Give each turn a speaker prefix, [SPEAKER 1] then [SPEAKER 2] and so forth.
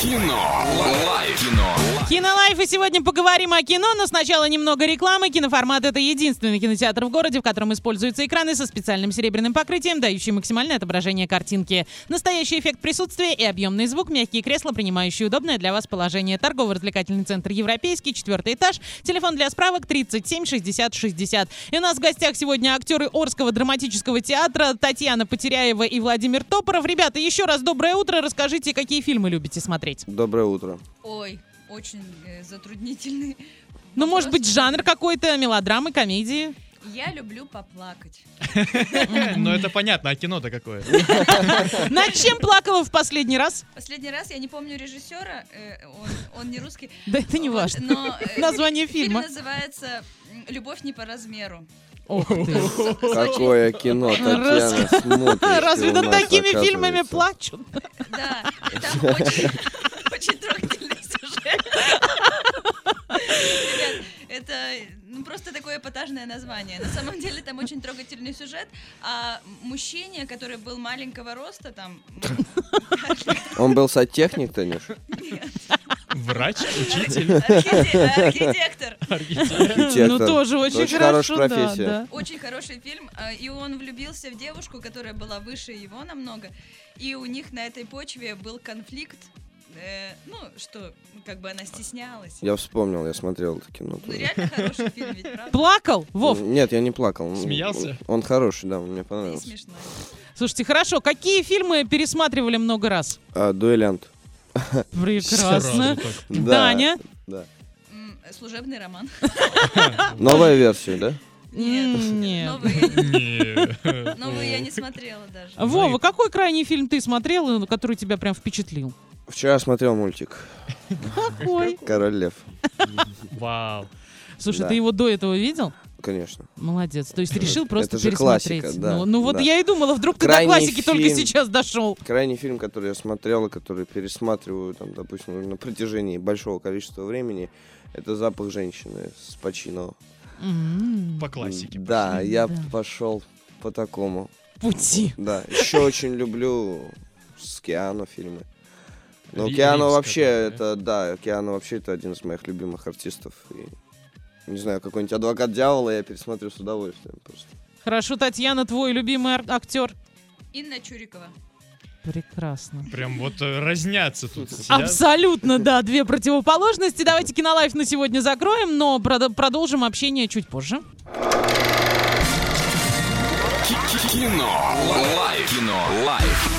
[SPEAKER 1] Кино. Лайф. Кино.
[SPEAKER 2] Кинолайф, и сегодня поговорим о кино, но сначала немного рекламы. Киноформат — это единственный кинотеатр в городе, в котором используются экраны со специальным серебряным покрытием, дающие максимальное отображение картинки. Настоящий эффект присутствия и объемный звук, мягкие кресла, принимающие удобное для вас положение. Торгово-развлекательный центр «Европейский», четвертый этаж, телефон для справок 37 60 60. И у нас в гостях сегодня актеры Орского драматического театра Татьяна Потеряева и Владимир Топоров. Ребята, еще раз доброе утро. Расскажите, какие фильмы любите смотреть?
[SPEAKER 3] Доброе утро.
[SPEAKER 4] Ой, очень э, затруднительный.
[SPEAKER 2] Ну,
[SPEAKER 4] вопрос.
[SPEAKER 2] может быть, жанр какой-то, мелодрамы, комедии?
[SPEAKER 4] Я люблю поплакать.
[SPEAKER 5] Ну это понятно, а кино-то какое?
[SPEAKER 2] Над чем плакала в последний раз?
[SPEAKER 4] Последний раз я не помню режиссера, э, он, он не русский.
[SPEAKER 2] Да это не
[SPEAKER 4] Вот,
[SPEAKER 2] важно.
[SPEAKER 4] Но э,
[SPEAKER 2] Название
[SPEAKER 4] фильм
[SPEAKER 2] фильма.
[SPEAKER 4] называется м, «Любовь не по размеру».
[SPEAKER 2] Ох ты.
[SPEAKER 4] Со- Сочи-
[SPEAKER 3] Какое кино, Татьяна,
[SPEAKER 2] Раска-
[SPEAKER 3] смотришь ты
[SPEAKER 2] Разве
[SPEAKER 3] у
[SPEAKER 2] над
[SPEAKER 3] нас,
[SPEAKER 2] такими фильмами
[SPEAKER 3] оказывается.
[SPEAKER 2] плачут?
[SPEAKER 4] Да, и там очень, очень трогательный сюжет. Ребят, это ну, просто такое эпатажное название. На самом деле там очень трогательный сюжет, а мужчине, который был маленького роста, там,
[SPEAKER 3] Он был сантехник, Танюш?
[SPEAKER 5] Врач, учитель.
[SPEAKER 4] архите- архитектор,
[SPEAKER 2] Ну,
[SPEAKER 3] Архитектор.
[SPEAKER 2] тоже очень
[SPEAKER 3] Очень
[SPEAKER 2] хорошо.
[SPEAKER 3] хорошая
[SPEAKER 2] да,
[SPEAKER 3] профессия.
[SPEAKER 2] да.
[SPEAKER 4] Очень хороший фильм, э, и он влюбился в девушку, которая была выше его намного, и у них на этой почве был конфликт, э, ну, что, как бы она стеснялась.
[SPEAKER 3] Я вспомнил, я смотрел это кино.
[SPEAKER 4] Ну,
[SPEAKER 3] тоже.
[SPEAKER 4] реально хороший фильм, ведь правда?
[SPEAKER 2] Плакал? Вов,
[SPEAKER 3] Нет, я не плакал. Ну,
[SPEAKER 5] Смеялся?
[SPEAKER 3] Он хороший, да, мне
[SPEAKER 4] Да и
[SPEAKER 3] понравился.
[SPEAKER 4] смешно.
[SPEAKER 2] слушайте, хорошо. Какие фильмы пересматривали много раз?
[SPEAKER 3] А, Дуэлянт.
[SPEAKER 2] Прекрасно.
[SPEAKER 5] Сразу так.
[SPEAKER 2] Даня?
[SPEAKER 3] Да.
[SPEAKER 4] М, Служебный роман.
[SPEAKER 2] А
[SPEAKER 3] Новая версия, да?
[SPEAKER 4] Нет.
[SPEAKER 2] М, Нет.
[SPEAKER 4] Новый я не-
[SPEAKER 5] Не.
[SPEAKER 4] новый я не смотрела даже.
[SPEAKER 2] Вова, какой крайний фильм ты смотрел, э, который тебя прям впечатлил?
[SPEAKER 3] Вчера смотрел мультик
[SPEAKER 2] Какой?
[SPEAKER 3] «Король лев»,
[SPEAKER 5] Вау.
[SPEAKER 2] Слушай,
[SPEAKER 3] Да.
[SPEAKER 2] ты его до этого видел?
[SPEAKER 3] конечно.
[SPEAKER 2] Молодец. То есть решил просто
[SPEAKER 3] же
[SPEAKER 2] пересмотреть.
[SPEAKER 3] классика, да,
[SPEAKER 2] Ну- Ну вот
[SPEAKER 3] да.
[SPEAKER 2] я и думала, вдруг ты до
[SPEAKER 3] Крайний
[SPEAKER 2] классики только
[SPEAKER 3] фильм.
[SPEAKER 2] сейчас дошел.
[SPEAKER 3] Крайний фильм, который я смотрел, и который пересматриваю, там, допустим, на протяжении большого количества времени, это «Запах женщины» с Пачино.
[SPEAKER 2] М,
[SPEAKER 5] По классике.
[SPEAKER 3] Да,
[SPEAKER 2] пошли.
[SPEAKER 3] я
[SPEAKER 2] Да.
[SPEAKER 3] пошел по такому.
[SPEAKER 2] Пути.
[SPEAKER 3] Да, еще очень люблю с Киану фильмы. Но
[SPEAKER 5] Ри-
[SPEAKER 3] Киану
[SPEAKER 5] Ривз
[SPEAKER 3] вообще
[SPEAKER 5] который, да?
[SPEAKER 3] это, да, Киану вообще это один из моих любимых артистов. И, не знаю, какой-нибудь «Адвокат дьявола» я пересмотрю с удовольствием просто.
[SPEAKER 2] Хорошо, Татьяна, твой любимый ар- актер.
[SPEAKER 4] Инна Чурикова.
[SPEAKER 2] Прекрасно.
[SPEAKER 5] Прям вот э, разнятся тут. сидят.
[SPEAKER 2] Абсолютно, да, две противоположности. Давайте кинолайф на сегодня закроем, но прод- продолжим общение чуть позже.
[SPEAKER 1] Кино. Лайф. Кино. Лайф.